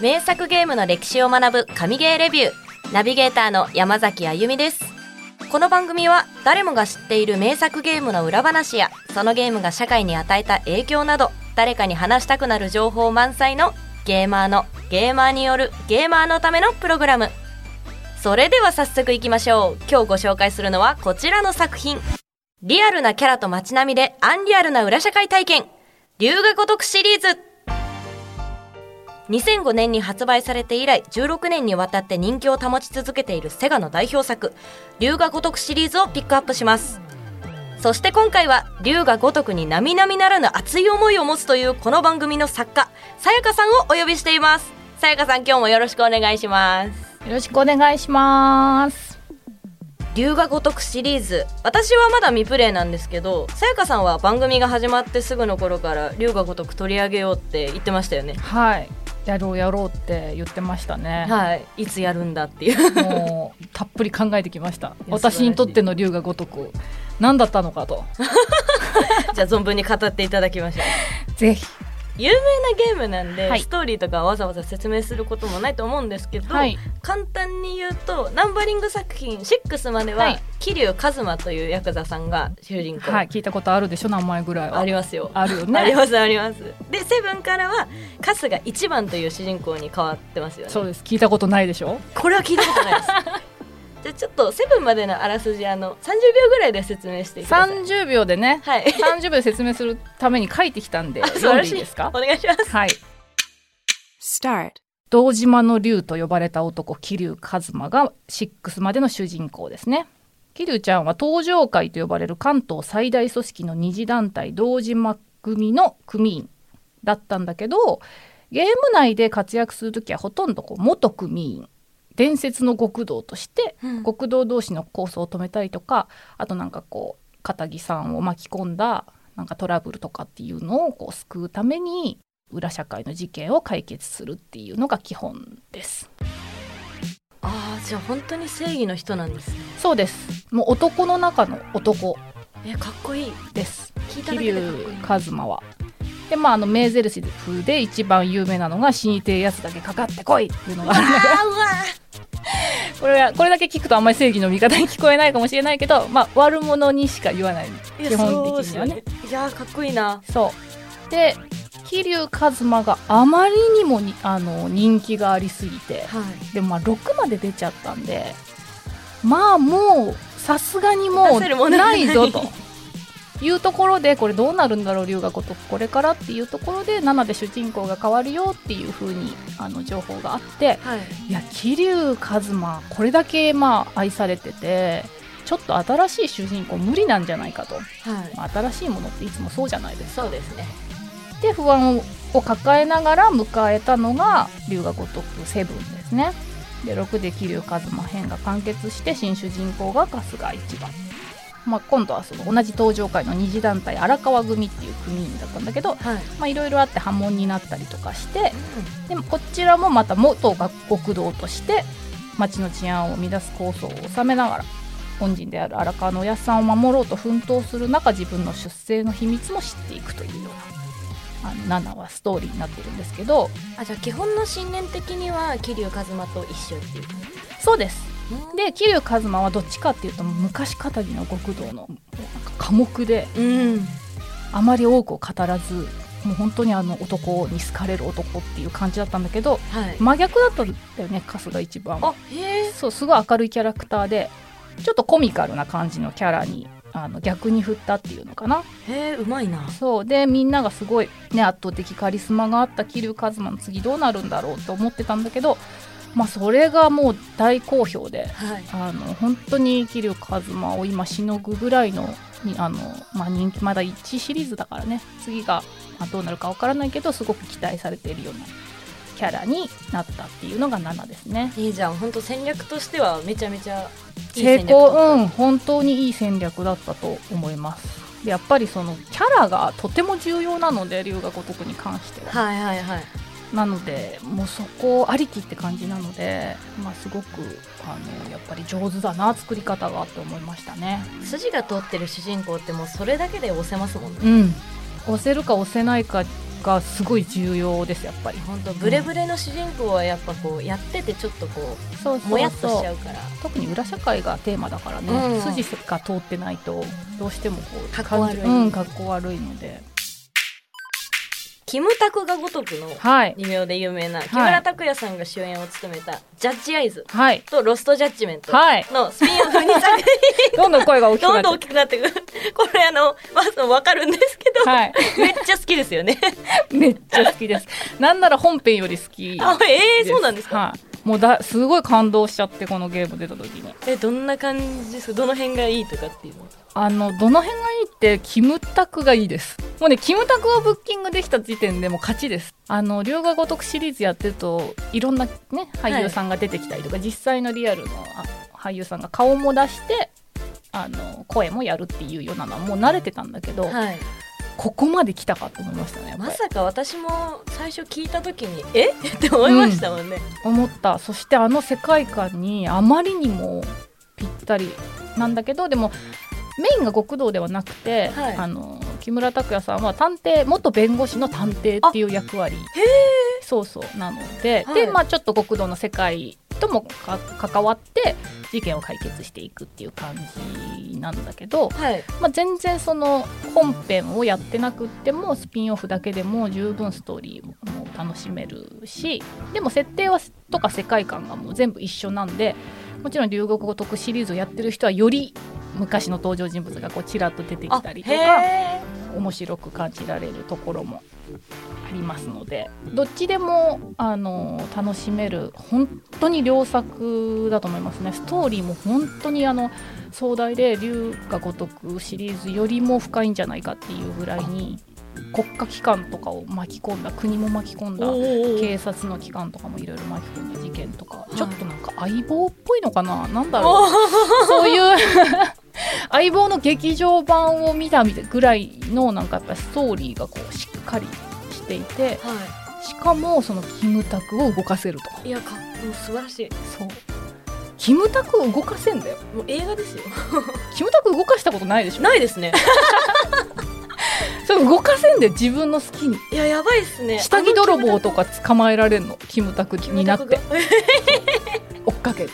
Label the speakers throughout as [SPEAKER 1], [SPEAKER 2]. [SPEAKER 1] 名作ゲームの歴史を学ぶ神ゲーレビューナビゲーターの山崎あゆみですこの番組は誰もが知っている名作ゲームの裏話やそのゲームが社会に与えた影響など誰かに話したくなる情報満載のゲーマーのゲーマーによるゲーマーのためのプログラムそれでは早速いきましょう今日ご紹介するのはこちらの作品リアルなキャラと街並みでアンリアルな裏社会体験龍が如くシリーズ2005年に発売されて以来16年にわたって人気を保ち続けているセガの代表作「龍が如く」シリーズをピックアップしますそして今回は龍が如くに並々ならぬ熱い思いを持つというこの番組の作家さやかさんをお呼びしていますさやかさん今日もよろしくお願いします
[SPEAKER 2] よろしくお願いします。
[SPEAKER 1] 龍が如くシリーズ私はまだ未プレイなんですけどさやかさんは番組が始まってすぐの頃から龍が如く取り上げようって言ってましたよね
[SPEAKER 2] はい、やろうやろうって言ってましたね。
[SPEAKER 1] はいいつやるんだっていう
[SPEAKER 2] もうたっぷり考えてきました。
[SPEAKER 1] いや
[SPEAKER 2] 私にとっての龍が如く何だったのか と。
[SPEAKER 1] じゃあ存分に語っていただきましょう。
[SPEAKER 2] ぜひ。
[SPEAKER 1] 有名なゲームなんで、
[SPEAKER 2] はい
[SPEAKER 1] ストーリーとかわざわざ説明することもないと思うんですけど、
[SPEAKER 2] はい
[SPEAKER 1] 簡単に言うとナンバリング作品6まで
[SPEAKER 2] は
[SPEAKER 1] はい桐生一馬というヤクザさんが主人公、
[SPEAKER 2] はい、聞いたことあるでしょ名前ぐらいは。
[SPEAKER 1] ありますよ。
[SPEAKER 2] あるよ
[SPEAKER 1] あり
[SPEAKER 2] ね。
[SPEAKER 1] ますあります。でセブンからは春日一番という主人公に変わってますよね。
[SPEAKER 2] そうです。聞いたことないでしょ。
[SPEAKER 1] これは聞いたこと ないです。じゃあちょっとセブンまでのあらすじあの30秒ぐらいで説明してください。
[SPEAKER 2] 三十秒でね。
[SPEAKER 1] はい。
[SPEAKER 2] 三十秒で説明するために書いてきたんで
[SPEAKER 1] あ素晴
[SPEAKER 2] 読ん
[SPEAKER 1] ら
[SPEAKER 2] でい
[SPEAKER 1] し
[SPEAKER 2] い
[SPEAKER 1] い
[SPEAKER 2] ですか
[SPEAKER 1] お。願いします。
[SPEAKER 2] はい。
[SPEAKER 3] Start.
[SPEAKER 2] 堂島の竜と呼ばれた男桐生一馬が6までの主人公ですね桐生ちゃんは東上会と呼ばれる関東最大組織の二次団体堂島組の組員だったんだけどゲーム内で活躍する時はほとんどこう元組員伝説の極道として
[SPEAKER 1] うん
[SPEAKER 2] 極道同士の抗争を止めたりとかあとなんかこう片木さんを巻き込んだなんかトラブルとかっていうのをこう救うために裏社会の事件を解決するっていうのが基本です。
[SPEAKER 1] ああじゃあ本当に正義の人なんですね。
[SPEAKER 2] そうです。もう男の中の男
[SPEAKER 1] えかっこいい。
[SPEAKER 2] です。
[SPEAKER 1] 聞いただ
[SPEAKER 2] 桐
[SPEAKER 1] けでかっこいい。
[SPEAKER 2] 生一馬は。でまああの名ゼルシフで一番有名なのが「死にてえやつだけかかってこい」っていうのが あるんだけど
[SPEAKER 1] あうわ
[SPEAKER 2] これはこれだけ聞くとあんまり正義の味方に聞こえないかもしれないけど、まあ、悪者にしか言わない
[SPEAKER 1] いや
[SPEAKER 2] 基本
[SPEAKER 1] そうで
[SPEAKER 2] 的
[SPEAKER 1] す
[SPEAKER 2] に
[SPEAKER 1] よ
[SPEAKER 2] はね
[SPEAKER 1] ね。いやーかっこいいな。
[SPEAKER 2] そうで桐生一馬があまりにもにあの人気がありすぎて
[SPEAKER 1] はい。
[SPEAKER 2] でもまあ6まで出ちゃったんでまあもうさすがにも
[SPEAKER 1] 出せるも
[SPEAKER 2] う
[SPEAKER 1] のが
[SPEAKER 2] な
[SPEAKER 1] ない
[SPEAKER 2] いぞと。いうところでこれどうなるんだろう龍が如くこれからっていうところで7で主人公が変わるよっていう風にあの情報があって
[SPEAKER 1] はい。
[SPEAKER 2] いや桐生一馬これだけまあ愛されててちょっと新しい主人公無理なんじゃないかと、
[SPEAKER 1] はい。
[SPEAKER 2] まあ、新しいものっていつもそうじゃないですか
[SPEAKER 1] そうですね。
[SPEAKER 2] で不安を抱えながら迎えたのが龍が如くセブンですねで6で桐生一馬編が完結して新主人公が春日一番、まあ、今度はその同じ登場会の二次団体荒川組っていう組員だったんだけ
[SPEAKER 1] は
[SPEAKER 2] ど
[SPEAKER 1] い。
[SPEAKER 2] まあいろいろあって波紋になったりとかしてでもこちらもまた元学国道として町の治安を乱す構想を収めながら本人である荒川のおやっさんを守ろうと奮闘する中自分の出生の秘密も知っていくというようなあの7はストーリーになってるんですけど
[SPEAKER 1] あじゃあ基本の信念的には桐生一馬と一緒っていう。
[SPEAKER 2] そうです
[SPEAKER 1] で、
[SPEAKER 2] で桐生一馬はどっちかっていうと昔かたぎの極道のもうなんか寡黙で
[SPEAKER 1] うん。
[SPEAKER 2] あまり多くを語らずもう本当にあの男に好かれる男っていう感じだったんだけど
[SPEAKER 1] はい。
[SPEAKER 2] 真逆だったんだよね春日一番は
[SPEAKER 1] あへえ。
[SPEAKER 2] そうすごい明るいキャラクターでちょっとコミカルな感じのキャラにあの逆に振ったっていうのかな
[SPEAKER 1] へえうまいな。
[SPEAKER 2] そうでみんながすごい、ね、圧倒的カリスマがあった桐生一馬の次どうなるんだろうと思ってたんだけど、まあ、それがもう大好評で
[SPEAKER 1] はい。
[SPEAKER 2] あの本当に桐生一馬を今しのぐぐらいのにあの、まあ、人気まだ1シリーズだからね次が、まあどうなるかわからないけどすごく期待されているようなキャラになったっていうのが7ですね。
[SPEAKER 1] いいじゃん。本当戦略としてはめちゃめちゃいい
[SPEAKER 2] 成
[SPEAKER 1] 戦略だ
[SPEAKER 2] 功うん本当にいい戦略だったと思いますでやっぱりそのキャラがとても重要なので龍が如くに関しては
[SPEAKER 1] はいはいはい。
[SPEAKER 2] なのでもうそこありきって感じなので、まあ、すごくあのやっぱり上手だな作り方がって思いましたね
[SPEAKER 1] 筋が通ってる主人公ってもうそれだけで押せますもんね。
[SPEAKER 2] うん押せるか押せないかがすごい重要ですやっぱり。
[SPEAKER 1] 本当ブレブレの主人公はやっぱこうやっててちょっとこ
[SPEAKER 2] そう
[SPEAKER 1] うもやっとしちゃうから
[SPEAKER 2] 特に裏社会がテーマだからね、
[SPEAKER 1] うん
[SPEAKER 2] 筋が通ってないとどうしてもこう
[SPEAKER 1] かっこ悪い
[SPEAKER 2] 感じうん、かっこ悪いので
[SPEAKER 1] キムタクが如くの
[SPEAKER 2] はい
[SPEAKER 1] 異名で有名な木村拓哉さんが主演を務めた「ジャッジアイズ
[SPEAKER 2] はい」
[SPEAKER 1] と「ロストジャッジメント」
[SPEAKER 2] はい
[SPEAKER 1] のスピンオフに作 品
[SPEAKER 2] どんどん声が大きく
[SPEAKER 1] ど
[SPEAKER 2] なんって
[SPEAKER 1] どん大きくなってくる これあのまずわかるんですけど、
[SPEAKER 2] はい
[SPEAKER 1] めっちゃ好きですよね
[SPEAKER 2] めっちゃ好きですなんなら本編より好き
[SPEAKER 1] あえー、そうなんですか、
[SPEAKER 2] はい、もうだすごい感動しちゃってこのゲーム出た時に
[SPEAKER 1] えどんな感じですかどの辺がいいとかっていうの
[SPEAKER 2] あのどの辺がいいってキムタクがいいですもうねキムタクをブッキングできた時点でもう勝ちですあの龍が如くシリーズやってるといろんなね俳優さんが出てきたりとか、実際のリアルのあ俳優さんが顔も出してあの声もやるっていうようなのはもう慣れてたんだけど、
[SPEAKER 1] はい
[SPEAKER 2] ここまで来たかと思いましたねやっぱり
[SPEAKER 1] まさか私も最初聞いた時にえって思いましたもんね、
[SPEAKER 2] 思ったそしてあの世界観にあまりにもぴったりなんだけどでもメインが極道ではなくて、
[SPEAKER 1] はい
[SPEAKER 2] あの木村拓哉さんは探偵元弁護士の探偵っていう役割そうそうなので、
[SPEAKER 1] はい
[SPEAKER 2] で、まあ、ちょっと極道の世界ともか関わって事件を解決していくっていう感じなんだけど、
[SPEAKER 1] はい
[SPEAKER 2] まあ、全然その本編をやってなくってもスピンオフだけでも十分ストーリーも楽しめるしでも設定はとか世界観がもう全部一緒なんでもちろん龍谷如くシリーズをやってる人はより昔の登場人物がこうちらっと出てきたりとか
[SPEAKER 1] へ
[SPEAKER 2] 面白く感じられるところもありますのでどっちでもあの楽しめる本当に良作だと思いますねストーリーも本当にあの壮大で龍が如くシリーズよりも深いんじゃないかっていうぐらいに国家機関とかを巻き込んだ国も巻き込
[SPEAKER 1] ー
[SPEAKER 2] ん
[SPEAKER 1] お
[SPEAKER 2] だ
[SPEAKER 1] ーおー
[SPEAKER 2] 警察の機関とかもいろいろ巻き込んだ事件とか、
[SPEAKER 1] い
[SPEAKER 2] ちょっとなんか相棒っぽいのかななんだろう
[SPEAKER 1] おー
[SPEAKER 2] そういう 相棒の劇場版を見たみたいぐらいのなんかやっぱりストーリーがこうしっかりしていて
[SPEAKER 1] は
[SPEAKER 2] しかもそのキムタクを動かせると
[SPEAKER 1] いいやかもう素晴らしい
[SPEAKER 2] そうキムタクを動かせんだよ
[SPEAKER 1] もう映画ですよ
[SPEAKER 2] キムタク動かしたことないでしょ
[SPEAKER 1] ないですね
[SPEAKER 2] それ動かせんだよ自分の好きに
[SPEAKER 1] いややばいっすね
[SPEAKER 2] 下着泥棒とか捕まえられんのキムタク
[SPEAKER 1] キ
[SPEAKER 2] に
[SPEAKER 1] ム
[SPEAKER 2] な
[SPEAKER 1] タ
[SPEAKER 2] っ
[SPEAKER 1] ク
[SPEAKER 2] て
[SPEAKER 1] が
[SPEAKER 2] 追っ かけて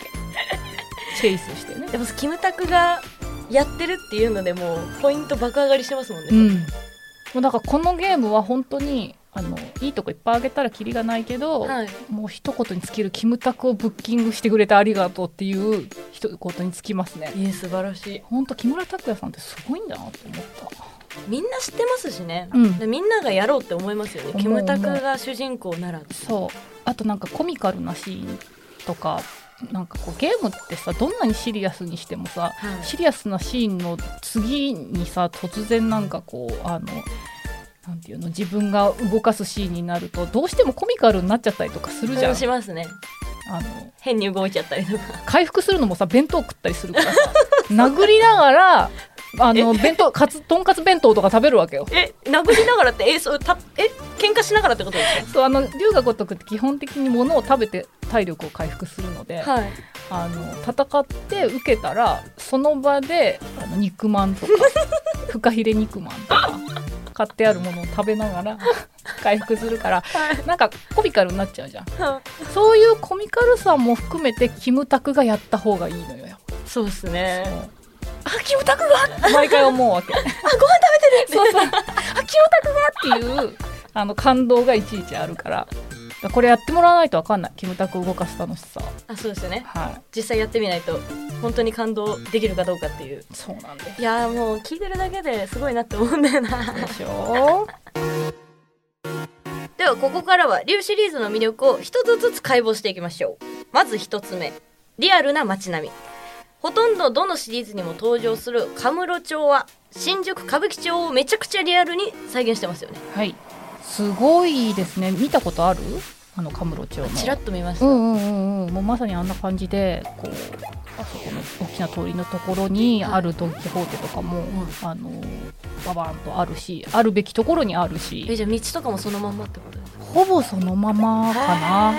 [SPEAKER 2] チェイスしてね
[SPEAKER 1] でもキムタクがやってるっていうのでもうポイント爆上がりしてますもんね、
[SPEAKER 2] うん、もうだからこのゲームは本当にあのいいとこいっぱいあげたらキリがないけど、
[SPEAKER 1] はい、
[SPEAKER 2] もう一言に尽きるキムタクをブッキングしてくれてありがとうっていう一言に尽きますね
[SPEAKER 1] いや素晴らしい
[SPEAKER 2] 本当木村拓哉さんってすごいんだなって思った
[SPEAKER 1] みんな知ってますしね、
[SPEAKER 2] うん
[SPEAKER 1] でみんながやろうって思いますよね
[SPEAKER 2] 思う
[SPEAKER 1] キムタクが主人公なら
[SPEAKER 2] そうあとなんかコミカルなシーンとかなんかこうゲームってさどんなにシリアスにしてもさ
[SPEAKER 1] はい
[SPEAKER 2] シリアスなシーンの次にさ突然なんかこうあのなんていうの自分が動かすシーンになるとどうしてもコミカルになっちゃったりとかするじゃん
[SPEAKER 1] うんしますね
[SPEAKER 2] あの
[SPEAKER 1] 変に動いちゃったりとか
[SPEAKER 2] 回復するのもさ弁当食ったりす るからさ殴りながらあの弁当かつとんかつ弁当とか食べるわけよ。
[SPEAKER 1] え殴りながらってえそうたえ喧嘩しながらってことです
[SPEAKER 2] そうあの龍が如くって基本的に物を食べて体力を回復するので、
[SPEAKER 1] かはい
[SPEAKER 2] あの戦って受けたらその場であの肉まん とかフカヒレ肉まんとか買ってあるものを食べながら回復するからなんかコミカルになっちゃうじゃんそういうコミカルさも含めてキムタクがやった方がいいのよやっぱ
[SPEAKER 1] そうです
[SPEAKER 2] り
[SPEAKER 1] ね
[SPEAKER 2] もう
[SPEAKER 1] あキムタクが
[SPEAKER 2] 毎回思うわけあご飯食べてるそうそうあキムタクがっていうあの感動がいちいちあるからこれやってもらわないとわかんないキムタクを動かす楽しさ
[SPEAKER 1] あそうですよね
[SPEAKER 2] は
[SPEAKER 1] 実際やってみないと本当に感動できるかどうかっていう
[SPEAKER 2] いそうなんです
[SPEAKER 1] いやーもう聞いてるだけですごいなって思うんだよな
[SPEAKER 2] でしょ
[SPEAKER 1] ではここからはリュウシリーズの魅力を一つずつ解剖していきましょうまず一つ目リアルな街並みほとんどどのシリーズにも登場するカムロ町は新宿歌舞伎町をめちゃくちゃリアルに再現してますよね
[SPEAKER 2] はいすごいですね見たことあるあのカムロ町の
[SPEAKER 1] ちらっと見まし
[SPEAKER 2] う
[SPEAKER 1] た、
[SPEAKER 2] んうんうんうんもうまさにあんな感じでこうあそこの大きな通りのところにあるドン・キホーテとかも、あのババーンとあるしあるべきところにあるし
[SPEAKER 1] えじゃあ道とかもそのまんまってことです
[SPEAKER 2] ほぼそのままかな、
[SPEAKER 1] へ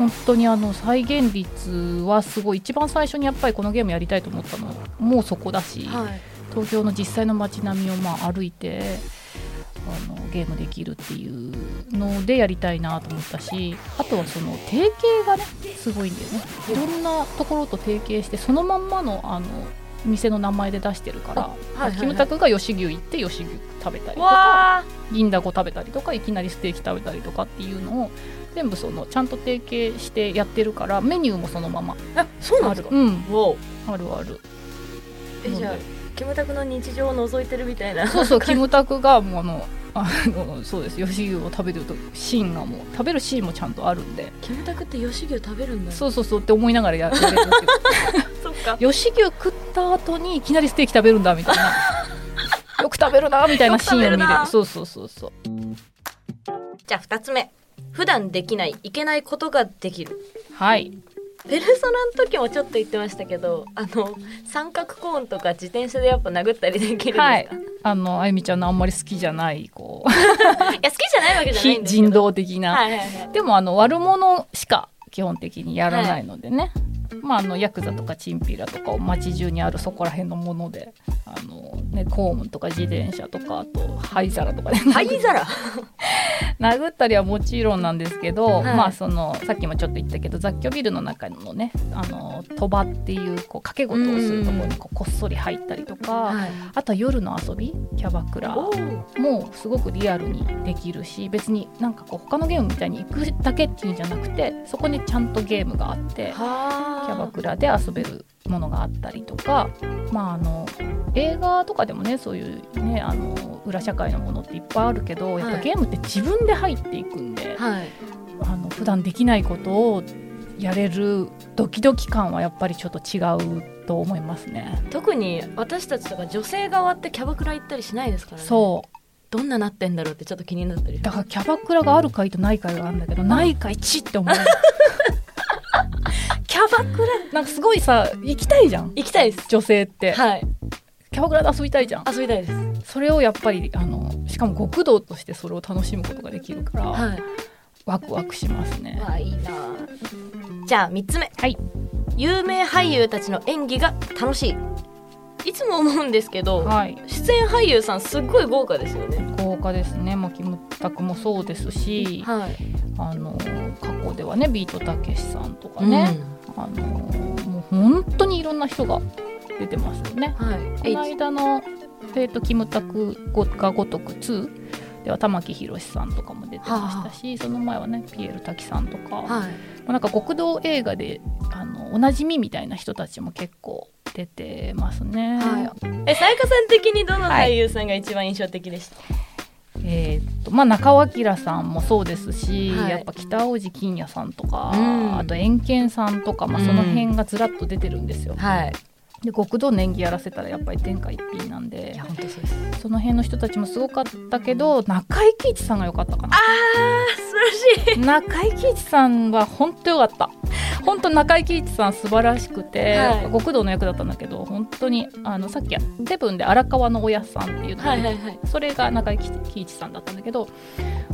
[SPEAKER 2] うん、本当にあの再現率はすごい一番最初にやっぱりこのゲームやりたいと思ったのもうそこだし、
[SPEAKER 1] ーはい
[SPEAKER 2] 東京の実際の街並みをまあ歩いてあの現ゲームできるっていうのでやりたいなと思ったしあとはその提携がねすごいんだよねいろんなところと提携してそのまんまのあの店の名前で出してるから、
[SPEAKER 1] あはいはいはい
[SPEAKER 2] キムタクが吉牛行って吉牛食べたりとか
[SPEAKER 1] わ
[SPEAKER 2] 銀だこ食べたりとかいきなりステーキ食べたりとかっていうのを全部そのちゃんと提携してやってるからメニューもそのまま
[SPEAKER 1] あそうなん
[SPEAKER 2] あ
[SPEAKER 1] です
[SPEAKER 2] る
[SPEAKER 1] か
[SPEAKER 2] うん
[SPEAKER 1] わお
[SPEAKER 2] あるある
[SPEAKER 1] えじゃあキムタクの日常を覗いてるみたいな
[SPEAKER 2] そう そうキムタクがもうあのあのそうです吉牛を食べるとシーンがもう食べるシーンもちゃんとあるんで
[SPEAKER 1] キムタクって吉牛食べるんだ
[SPEAKER 2] そうそうそうって思いながらややれるって いう
[SPEAKER 1] そっか
[SPEAKER 2] 吉牛食った後にいきなりステーキ食べるんだみた いなよく食べるなみたいなシーンを見
[SPEAKER 1] よく食べる
[SPEAKER 2] る
[SPEAKER 1] な
[SPEAKER 2] そうそうそうそう
[SPEAKER 1] じゃあ2つ目普段できないいけないことができる
[SPEAKER 2] はい
[SPEAKER 1] ペルソナの時もちょっと言ってましたけどあの三角コーンとか自転車でやっぱ殴ったりできるんですか、
[SPEAKER 2] はい
[SPEAKER 1] い、
[SPEAKER 2] あのあゆみちゃんのあんまり好きじゃないこう
[SPEAKER 1] や好きじゃないわけじゃない
[SPEAKER 2] 非
[SPEAKER 1] んですけど
[SPEAKER 2] 人道的な、
[SPEAKER 1] はいはいはい
[SPEAKER 2] でもあの悪者しか基本的にやらないのでね、まああのヤクザとかチンピラとかを街中にあるそこら辺のものであの、ね、コームとか自転車とかあと灰皿とかで、
[SPEAKER 1] 灰皿
[SPEAKER 2] 殴ったりはもちろんなんですけど、
[SPEAKER 1] い
[SPEAKER 2] まあそのさっきもちょっと言ったけど雑居ビルの中のねあの賭場っていうこう掛け事をするところにこうこっそり入ったりとか。
[SPEAKER 1] はい
[SPEAKER 2] あとは夜の遊びキャバクラ
[SPEAKER 1] お
[SPEAKER 2] もうすごくリアルにできるし別になんかこう他のゲームみたいに行くだけっていうんじゃなくてそこにちゃんとゲームがあってキャバ
[SPEAKER 1] は
[SPEAKER 2] クラで遊べるものがあったりとかまああの映画とかでもねそういうねあの裏社会のものっていっぱいあるけど、やっ
[SPEAKER 1] は
[SPEAKER 2] ぱ
[SPEAKER 1] い
[SPEAKER 2] ゲームって自分で入っていくんで、
[SPEAKER 1] あはい
[SPEAKER 2] あの普段できないことをやれるドキドキ感はやっぱりちょっと違うと思いますね。
[SPEAKER 1] 特に私たちとか女性側ってキャバクラ行ったりしないですからね
[SPEAKER 2] そう
[SPEAKER 1] どんななってんだろうってちょっと気になったり
[SPEAKER 2] だからキャバクラがある回とない回があるんだけどない回チって思うキャバクラなんかすごいさ行きたいじゃん
[SPEAKER 1] 行きたいです
[SPEAKER 2] 女性って
[SPEAKER 1] はい
[SPEAKER 2] キャバクラで遊びたいじゃん
[SPEAKER 1] 遊びたいです
[SPEAKER 2] それをやっぱりあのしかも極道としてそれを楽しむことができるから、
[SPEAKER 1] はい
[SPEAKER 2] ワクワクしますね
[SPEAKER 1] わあいいなじゃあ3つ目
[SPEAKER 2] はい
[SPEAKER 1] 有名俳優たちの演技が楽しいいつも思うんですけど、
[SPEAKER 2] はい
[SPEAKER 1] 出演俳優さんすっごい豪華ですよね
[SPEAKER 2] 豪華ですね、まあ、キムタクもそうですし
[SPEAKER 1] はい
[SPEAKER 2] あの過去ではねビートたけしさんとかね、あのもう本当にいろんな人が出てますよね
[SPEAKER 1] うんは
[SPEAKER 2] こ
[SPEAKER 1] い
[SPEAKER 2] の間の「えー、とキムタクがごとく2」では玉木宏さんとかも出てましたし、その前はねピエール瀧さんとか、ま
[SPEAKER 1] はい
[SPEAKER 2] あなんか極道映画であのおなじみみたいな人たちも結構出てますね。
[SPEAKER 1] はえさやかさん的にどの俳優さんが一番印象的でした、
[SPEAKER 2] えーっとまあ、中尾明さんもそうですし、
[SPEAKER 1] はい
[SPEAKER 2] やっぱ北大路欣也さんとか、
[SPEAKER 1] うん
[SPEAKER 2] あと円健さんとか、まあ、その辺がずらっと出てるんですよ。
[SPEAKER 1] はい
[SPEAKER 2] で極道の演技やらせたらやっぱり天下一品なんで
[SPEAKER 1] いや本当 そうです
[SPEAKER 2] その辺の人たちもすごかったけど中井貴一さんが良かったかな
[SPEAKER 1] あ素晴らしい
[SPEAKER 2] 中井貴一さんは本当良かった本当中井貴一さん素晴らしくて、
[SPEAKER 1] はい
[SPEAKER 2] 極道の役だったんだけど本当にあのさっきセブンで荒川のおやっさんっていうのが
[SPEAKER 1] はい
[SPEAKER 2] 出て
[SPEAKER 1] はいはい
[SPEAKER 2] それが中井貴一さんだったんだけど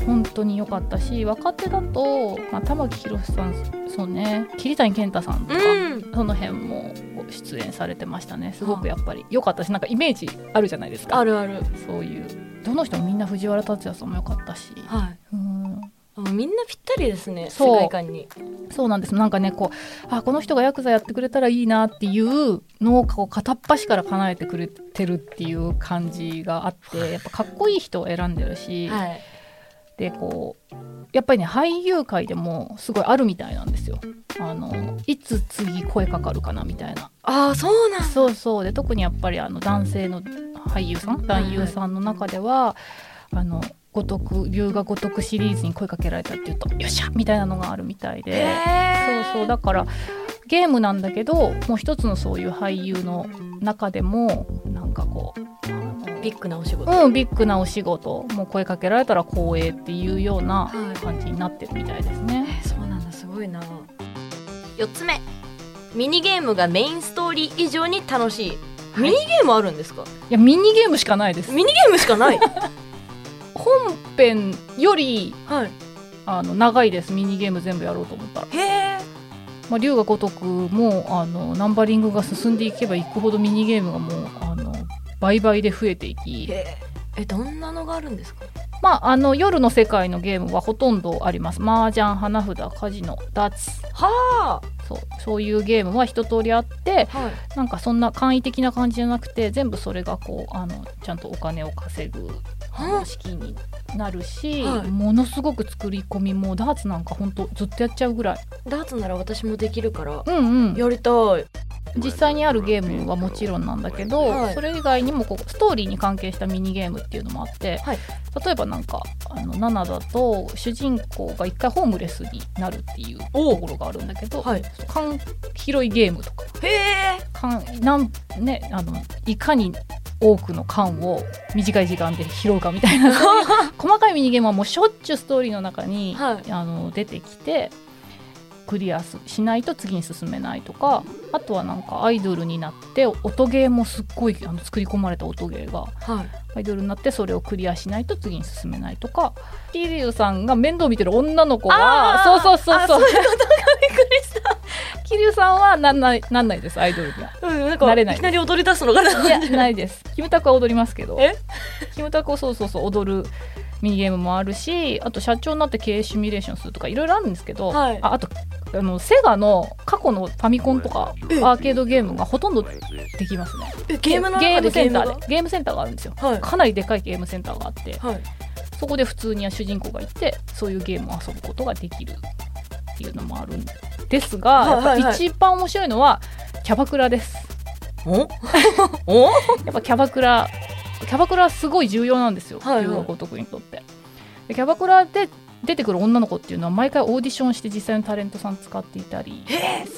[SPEAKER 2] 本当に良かったし若手だと、まあ、玉木宏さんそうね桐谷健太さんとか、
[SPEAKER 1] うん
[SPEAKER 2] その辺も出演されてましたねすごくやっぱり良かったしなんかイメージあるじゃないですか
[SPEAKER 1] あるある
[SPEAKER 2] そういうどの人もみんな藤原竜也さんも良かったし、
[SPEAKER 1] はい
[SPEAKER 2] うん
[SPEAKER 1] あみんなぴったりですね世
[SPEAKER 2] そう
[SPEAKER 1] 界観に
[SPEAKER 2] そうなんですなんかねこうあこの人がヤクザやってくれたらいいなっていうのをこう片っ端から叶えてくれてるっていう感じがあってやっぱかっこいい人を選んでるし、
[SPEAKER 1] はい
[SPEAKER 2] でこうやっぱりね俳優界でもすごいあるみたいなんですよ。あのいつ次声かかるかなみたいな
[SPEAKER 1] ああそうなん
[SPEAKER 2] そうそうで特にやっぱりあの男性の俳優さん男優さんの中ではあの五徳龍が如くシリーズに声かけられたっていうとよっしゃみたいなのがあるみたいでそうそうだからゲームなんだけどもう一つのそういう俳優の中でもなんかこうあの
[SPEAKER 1] ビッグなお仕事、
[SPEAKER 2] うん、ビッグなお仕事もう声かけられたら光栄っていうような
[SPEAKER 1] はい
[SPEAKER 2] 感じになってるみたいですね。
[SPEAKER 1] そうなんだすごいな4つ目ミニゲームがメインストーリー以上に楽しい、ミニゲームあるんですか
[SPEAKER 2] いやミニゲームしかないです。
[SPEAKER 1] ミニゲームしかない
[SPEAKER 2] 本編より
[SPEAKER 1] はい
[SPEAKER 2] あの長いですミニゲーム全部やろうと思ったら。
[SPEAKER 1] へえ
[SPEAKER 2] まあ、龍が如くもあのナンバリングが進んでいけばいくほどミニゲームがもうあの倍々で増えていき、
[SPEAKER 1] えどんなのがあるんですか
[SPEAKER 2] まあ、あの夜の世界のゲームはほとんどあります麻雀花札カジノダーツ
[SPEAKER 1] は
[SPEAKER 2] そうそういうゲームは一通りあって
[SPEAKER 1] あ、はい、
[SPEAKER 2] なんかそんな簡易的な感じじゃなくて全部それがこうあのちゃんとお金を稼ぐあの
[SPEAKER 1] は
[SPEAKER 2] 資金になるし、
[SPEAKER 1] はい
[SPEAKER 2] ものすごく作り込みもダーツなんかほんとずっとやっちゃうぐらい
[SPEAKER 1] ダーツなら私もできるから
[SPEAKER 2] うんうん
[SPEAKER 1] やりたい
[SPEAKER 2] 実際にあるゲームはもちろんなんだけど、
[SPEAKER 1] はい
[SPEAKER 2] それ以外にもこうストーリーに関係したミニゲームっていうのもあって、
[SPEAKER 1] はい
[SPEAKER 2] 例えばなんかあの7だと主人公が一回ホームレスになるっていうと
[SPEAKER 1] おう
[SPEAKER 2] ころがあるんだけど、
[SPEAKER 1] はい
[SPEAKER 2] 缶広いゲームとか
[SPEAKER 1] へえ
[SPEAKER 2] 缶なん、ね、あのいかに多くの缶を短い時間で拾うかみた いなそういう細かいミニゲームはもうしょっちゅうストーリーの中に、
[SPEAKER 1] はい
[SPEAKER 2] あの出てきてクリアすしないと次に進めないとかあとはなんかアイドルになって音ゲーもすっごいあの作り込まれた音ゲーが
[SPEAKER 1] はい
[SPEAKER 2] アイドルになってそれをクリアしないと次に進めないとか桐生さんが面倒見てる女の子
[SPEAKER 1] あ
[SPEAKER 2] は
[SPEAKER 1] ー
[SPEAKER 2] そうそうそうそう
[SPEAKER 1] あいうことがびっくりした
[SPEAKER 2] 桐生さんはなんないなんないですアイドルには。
[SPEAKER 1] うん、なんか
[SPEAKER 2] 慣れ
[SPEAKER 1] い
[SPEAKER 2] ない
[SPEAKER 1] きなり踊り出すのかなと思
[SPEAKER 2] い
[SPEAKER 1] っ
[SPEAKER 2] や
[SPEAKER 1] て
[SPEAKER 2] ないですキムタクは踊りますけど
[SPEAKER 1] え
[SPEAKER 2] キムタクをそうそうそう踊るミニゲームもあるしあと社長になって経営シミュレーションするとかいろいろあるんですけど、
[SPEAKER 1] はい
[SPEAKER 2] ああとあのセガの過去のファミコンとか
[SPEAKER 1] え
[SPEAKER 2] アーケードゲームがほとんどできますね
[SPEAKER 1] えゲームの中
[SPEAKER 2] ゲーム
[SPEAKER 1] でゲ
[SPEAKER 2] セ
[SPEAKER 1] ーム
[SPEAKER 2] ンタ
[SPEAKER 1] が
[SPEAKER 2] ーでゲームセンターがあるんですよ
[SPEAKER 1] はい
[SPEAKER 2] かなりでかいゲームセンターがあって
[SPEAKER 1] はい
[SPEAKER 2] そこで普通に主人公がいてそういうゲームを遊ぶことができるっていうのもあるんですが、
[SPEAKER 1] はいはいはい
[SPEAKER 2] やっぱ一番面白いのはキャバクラです
[SPEAKER 1] お お
[SPEAKER 2] やっぱキャバクラキャバクラはすごい重要なんですよ
[SPEAKER 1] はいはい
[SPEAKER 2] 留学男にとってでキャバクラで出てくる女の子っていうのは毎回オーディションして実際のタレントさん使っていたり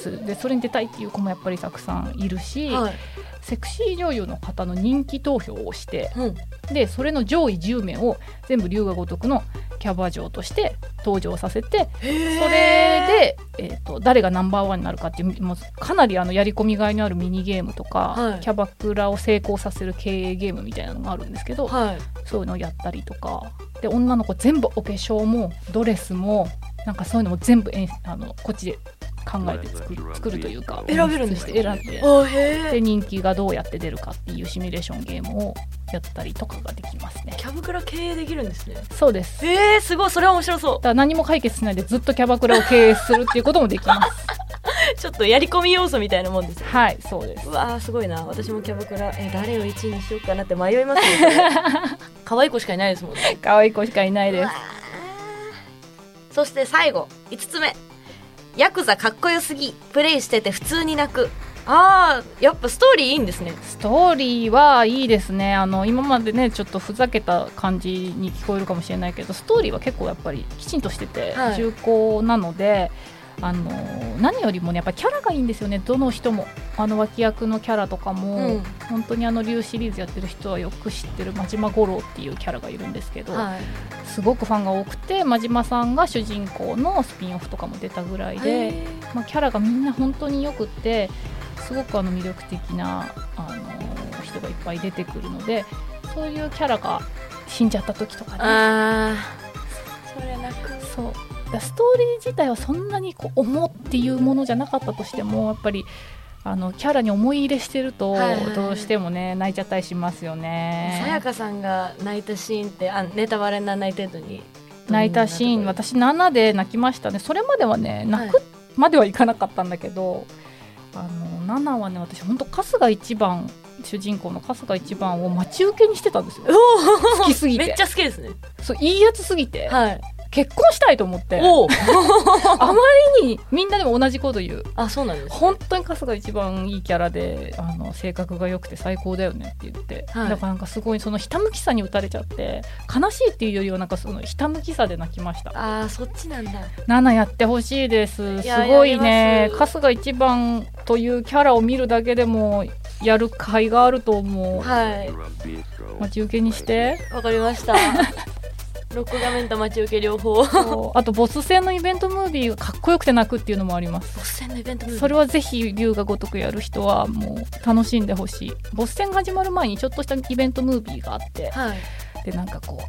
[SPEAKER 2] するでそれに出たいっていう子もやっぱりたくさんいるし、
[SPEAKER 1] はい
[SPEAKER 2] セクシー女優の方の人気投票をして
[SPEAKER 1] うん
[SPEAKER 2] でそれの上位10名を全部龍が如くのキャバ嬢として登場させて
[SPEAKER 1] そ
[SPEAKER 2] それで、えー、と誰がナンバーワンになるかっていうもうかなりあのやり込みがいのあるミニゲームとか、
[SPEAKER 1] はい
[SPEAKER 2] キャバクラを成功させる経営ゲームみたいなのがあるんですけど、
[SPEAKER 1] はい
[SPEAKER 2] そういうのをやったりとかで女の子全部お化粧もドレスもなんかそういうのも全部えんあのこっちで考えて作る作るというか
[SPEAKER 1] 選べるんです
[SPEAKER 2] 演
[SPEAKER 1] ね
[SPEAKER 2] 出して選んで
[SPEAKER 1] あへ
[SPEAKER 2] で
[SPEAKER 1] え
[SPEAKER 2] 人気がどうやって出るかっていうシミュレーションゲームをやったりとかができますね
[SPEAKER 1] キ。ャバクラ経営できるんですね
[SPEAKER 2] そうです
[SPEAKER 1] えー、すごいそれは面白そ
[SPEAKER 2] だから何も解決しないでずっとキャバクラを経営するっていうこともできます。
[SPEAKER 1] う ちょっとやり込み要素みたいなもんです
[SPEAKER 2] はい、そうです。
[SPEAKER 1] うわーすごいな私もキャバクラえ誰を1位にしようかなって迷いますね 可愛い子しかいないですもんね
[SPEAKER 2] 可愛い子しかいないです。
[SPEAKER 1] そして最後5つ目ヤクザかっこよすぎプレイしてて普通に泣くあーやっぱストーリーいいんですね
[SPEAKER 2] ストーリーはいいですね。あの今までねちょっとふざけた感じに聞こえるかもしれないけど、ストーリーは結構やっぱりきちんとしてて
[SPEAKER 1] はい
[SPEAKER 2] 重厚なので。あの何よりもねやっぱキャラがいいんですよねどの人もあの脇役のキャラとかも、
[SPEAKER 1] うん
[SPEAKER 2] 本当にあの竜シリーズやってる人はよく知ってる真島五郎っていうキャラがいるんですけど、
[SPEAKER 1] はい
[SPEAKER 2] すごくファンが多くて真島さんが主人公のスピンオフとかも出たぐらいで、まあ、キャラがみんな本当によくってすごくあの魅力的な、あの人がいっぱい出てくるのでそういうキャラが死んじゃった時とかね
[SPEAKER 1] あーそれ泣く
[SPEAKER 2] そうだからストーリー自体はそんなにこう重っていうものじゃなかったとしてもやっぱりあのキャラに思い入れしてると、
[SPEAKER 1] はいはいはい
[SPEAKER 2] どうしてもね泣いちゃったりしますよね。
[SPEAKER 1] さやかさんが泣いたシーンってあネタバレにならない程度に
[SPEAKER 2] 泣いたシーン私7で泣きましたねそれまではね泣くまではいかなかったんだけど、あの7はね私本当春日一番主人公の春日一番を待ち受けにしてたんですよ
[SPEAKER 1] 好
[SPEAKER 2] 好きすぎて
[SPEAKER 1] めっちゃ好きですね
[SPEAKER 2] そういいやつすぎて
[SPEAKER 1] はい
[SPEAKER 2] 結婚したいと思って
[SPEAKER 1] おお
[SPEAKER 2] あまりにみんなでも同じこと言う
[SPEAKER 1] あそうなんです
[SPEAKER 2] 本当に春日一番いいキャラであの性格が良くて最高だよねって言って、
[SPEAKER 1] はい
[SPEAKER 2] だからなんかすごいそのひたむきさに打たれちゃって悲しいっていうよりはなんかそのひたむきさで泣きました
[SPEAKER 1] あーそっちなんだ
[SPEAKER 2] 7やってほしいです
[SPEAKER 1] い
[SPEAKER 2] す
[SPEAKER 1] や
[SPEAKER 2] ごいね
[SPEAKER 1] やります
[SPEAKER 2] 春日一番というキャラを見るだけでもやる甲斐があると思う
[SPEAKER 1] はい
[SPEAKER 2] 待ち受けにして
[SPEAKER 1] わかりました。ロック画面と待ち受け両方。ボ
[SPEAKER 2] そうあとボス戦のイベントムービーがかっこよくて泣くっていうのもあります
[SPEAKER 1] ス戦のイベント
[SPEAKER 2] それ
[SPEAKER 1] は
[SPEAKER 2] はぜひ龍が如くやる人はもう楽しんでほしいボス戦が始まる前にちょっとしたイベントムービーがあって
[SPEAKER 1] はい。
[SPEAKER 2] でなんかこ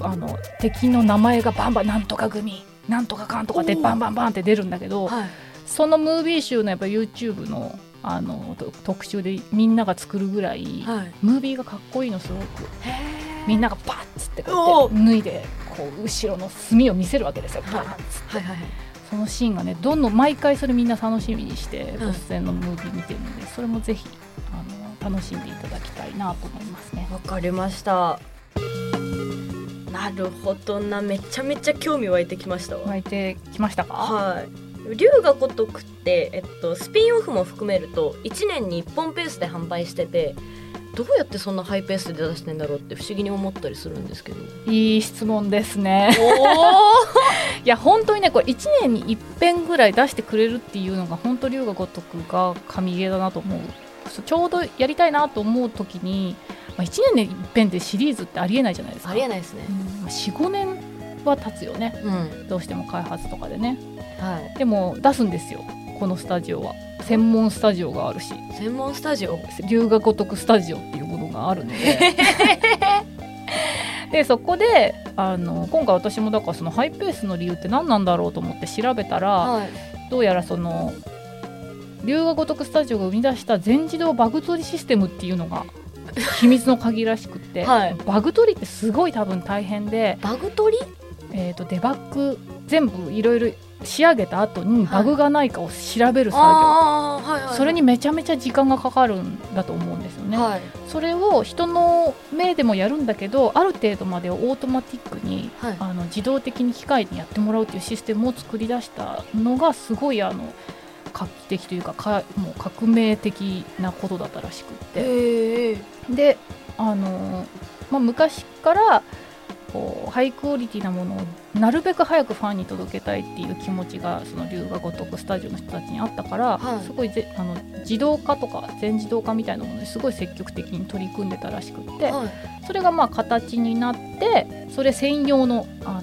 [SPEAKER 2] うあの敵の名前がバンバンなんとか組なんとかかんとかって
[SPEAKER 1] おー
[SPEAKER 2] バンバンバンって出るんだけど、
[SPEAKER 1] はい。
[SPEAKER 2] そのムービー集のやっぱ YouTube のあのと特集でみんなが作るぐらい、
[SPEAKER 1] はい。
[SPEAKER 2] ムービーがかっこいいのすごく
[SPEAKER 1] へ
[SPEAKER 2] みんながバッつって
[SPEAKER 1] お
[SPEAKER 2] こうやって脱いでこう後ろの墨を見せるわけですよ、
[SPEAKER 1] はい
[SPEAKER 2] バッつって
[SPEAKER 1] はいはいはい
[SPEAKER 2] そのシーンがねどんどん毎回それみんな楽しみにして
[SPEAKER 1] うん
[SPEAKER 2] 突然のムービー見てるのでそれもぜひあの楽しんでいただきたいなと思いますね。
[SPEAKER 1] わかりましたなるほどなめちゃめちゃ興味湧いてきましたわ
[SPEAKER 2] 湧いてきましたか、
[SPEAKER 1] はい龍が如くって、えっと、スピンオフも含めると1年に1本ペースで販売しててどうやってそんなハイペースで出してんだろうって不思議に思ったりするんですけど
[SPEAKER 2] いい質問ですね。
[SPEAKER 1] お お
[SPEAKER 2] いや本当にねこれ1年に一遍ぐらい出してくれるっていうのが本当龍が如くが神ゲーだなと思うそうちょうどやりたいなと思う時に、まあ、1年に一遍でシリーズってありえないじゃないですか
[SPEAKER 1] ありえないですね
[SPEAKER 2] 45年は経つよね
[SPEAKER 1] うんは
[SPEAKER 2] どうしても開発とかでね
[SPEAKER 1] い
[SPEAKER 2] でも出すんですよこのスタジオは専門スタジオがあるし
[SPEAKER 1] 専門スタジオ
[SPEAKER 2] 留学如くスタジオっていうものがあるのででそこであの今回私もだからそのハイペースの理由って何なんだろうと思って調べたら、
[SPEAKER 1] はい
[SPEAKER 2] どうやらその留学如くスタジオが生み出した全自動バグ取りシステムっていうの が秘密の鍵らしくって、
[SPEAKER 1] はい
[SPEAKER 2] バグ取りってすごい多分大変で、
[SPEAKER 1] バグ取り
[SPEAKER 2] えー、とデバッグ全部いろいろ仕上げた後に
[SPEAKER 1] はい
[SPEAKER 2] バグがないかを調べる作業、
[SPEAKER 1] ああはいはい
[SPEAKER 2] それにめちゃめちゃ時間がかかるんだと思うんですよね。
[SPEAKER 1] はい
[SPEAKER 2] それを人の目でもやるんだけどある程度までをオートマティックに
[SPEAKER 1] はい
[SPEAKER 2] あの自動的に機械にやってもらうというシステムを作り出したのがすごいあの画期的というかかもう革命的なことだったらしくって
[SPEAKER 1] へえ
[SPEAKER 2] であの、まあ、昔からこうハイクオリティなものをなるべく早くファンに届けたいっていう気持ちがその龍が如くスタジオの人たちにあったから、
[SPEAKER 1] はい
[SPEAKER 2] すごいぜあの自動化とか全自動化みたいなものにすごい積極的に取り組んでたらしくって。
[SPEAKER 1] はい
[SPEAKER 2] それがまあ形になってそれ専用のあの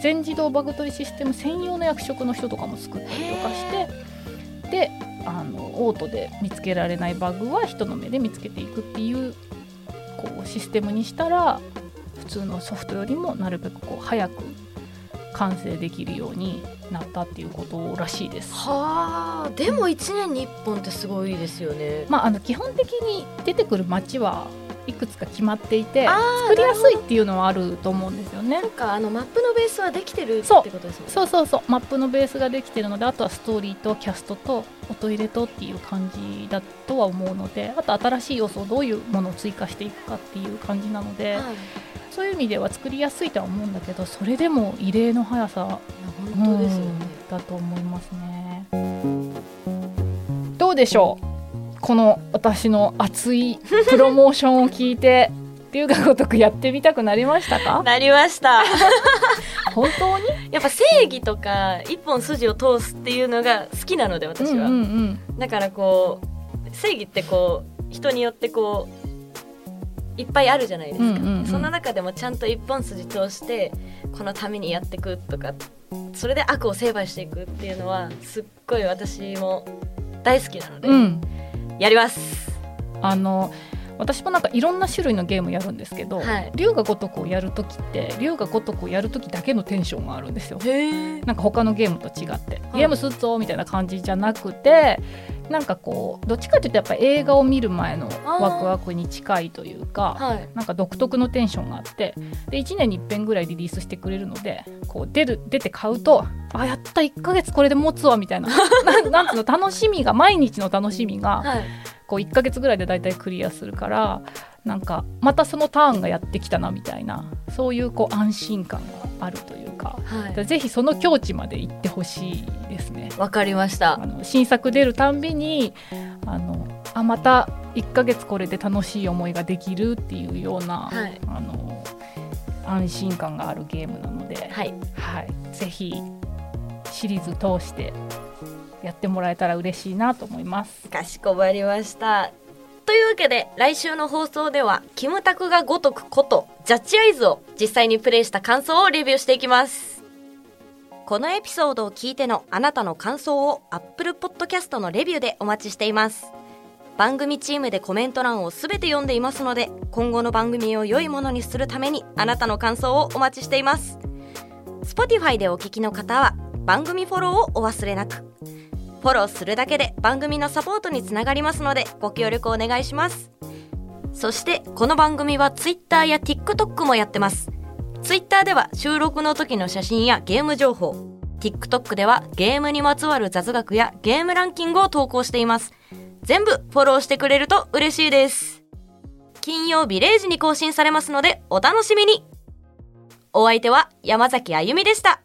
[SPEAKER 2] 全自動バグ取りシステム専用の役職の人とかも作ったりとかしてであのオートで見つけられないバグは人の目で見つけていくっていうこうシステムにしたら普通のソフトよりもなるべくこう早く完成できるようになったっていうことらしいです。
[SPEAKER 1] はあでも1年に1本ってすごいですよね
[SPEAKER 2] まあ、あの基本的に出てくる街はいくつか決まっていて
[SPEAKER 1] あー
[SPEAKER 2] 作りやすいっていうのはあると思うんですよね
[SPEAKER 1] な。んかあのマップのベースはできてるって
[SPEAKER 2] そう
[SPEAKER 1] ことですもんね
[SPEAKER 2] そうそうそうマップのベースができてるのであとはストーリーとキャストと音入れとっていう感じだとは思うのであと新しい要素をどういうものを追加していくかっていう感じなので、
[SPEAKER 1] はい
[SPEAKER 2] そういう意味では作りやすいとは思うんだけどそれでも異例の速さ
[SPEAKER 1] いや本当ですよね、
[SPEAKER 2] うんだと思いますね。どうでしょうこの私の熱いプロモーションを聞いて龍が如くやってみたくなりました か
[SPEAKER 1] なりました
[SPEAKER 2] 本当に
[SPEAKER 1] やっぱ正義とか一本筋を通すっていうのが好きなので私は、
[SPEAKER 2] うんうんうん
[SPEAKER 1] だからこう正義ってこう人によってこういっぱいあるじゃないですか、
[SPEAKER 2] うんうんうん
[SPEAKER 1] その中でもちゃんと一本筋通してこのためにやってくとかそれで悪を成敗していくっていうのはすっごい私も大好きなので、
[SPEAKER 2] うん
[SPEAKER 1] やります
[SPEAKER 2] あの私もなんかいろんな種類のゲームやるんですけど、
[SPEAKER 1] はい
[SPEAKER 2] 龍が如くをやるときって龍が如くをやるときだけのテンションがあるんですよ。
[SPEAKER 1] へえ
[SPEAKER 2] なんか他のゲームと違って
[SPEAKER 1] い
[SPEAKER 2] ゲームすっぞみたいな感じじゃなくてなんかこうどっちかというとやっぱ映画を見る前のワクワクに近いというか
[SPEAKER 1] はい
[SPEAKER 2] なんか独特のテンションがあってで1年に1遍ぐらいリリースしてくれるのでこう出る出て買うとあやった1ヶ月これで持つわみたいな ななんつうの楽しみが毎日の楽しみが
[SPEAKER 1] はい
[SPEAKER 2] こう1ヶ月ぐらいで大体クリアするからなんかまたそのターンがやってきたなみたいなそういうこう安心感があるというか
[SPEAKER 1] はい
[SPEAKER 2] ぜひその境地まで行ってほしいですね。
[SPEAKER 1] わかりました
[SPEAKER 2] あの新作出るたんびにあのあまた1ヶ月これで楽しい思いができるっていうような、
[SPEAKER 1] はい
[SPEAKER 2] あの安心感があるゲームなので、
[SPEAKER 1] はい
[SPEAKER 2] はい、ぜひシリーズ通してやってもらえたら嬉しいなと思います。
[SPEAKER 1] かしこまりましたというわけで来週の放送ではキムタクがごとくことジャッジアイズを実際にプレイした感想をレビューしていきますこのエピソードを聞いてのあなたの感想を Apple Podcast のレビューでお待ちしています番組チームでコメント欄をすべて読んでいますので今後の番組を良いものにするためにあなたの感想をお待ちしています Spotify でお聞きの方は番組フォローをお忘れなくフォローするだけで番組のサポートにつながりますのでご協力お願いしますそしてこの番組は Twitter や TikTok もやってます。Twitter では収録の時の写真やゲーム情報、TikTok ではゲームにまつわる雑学やゲームランキングを投稿しています。全部フォローしてくれると嬉しいです。金曜日0時に更新されますのでお楽しみにお相手は山崎あゆみでした。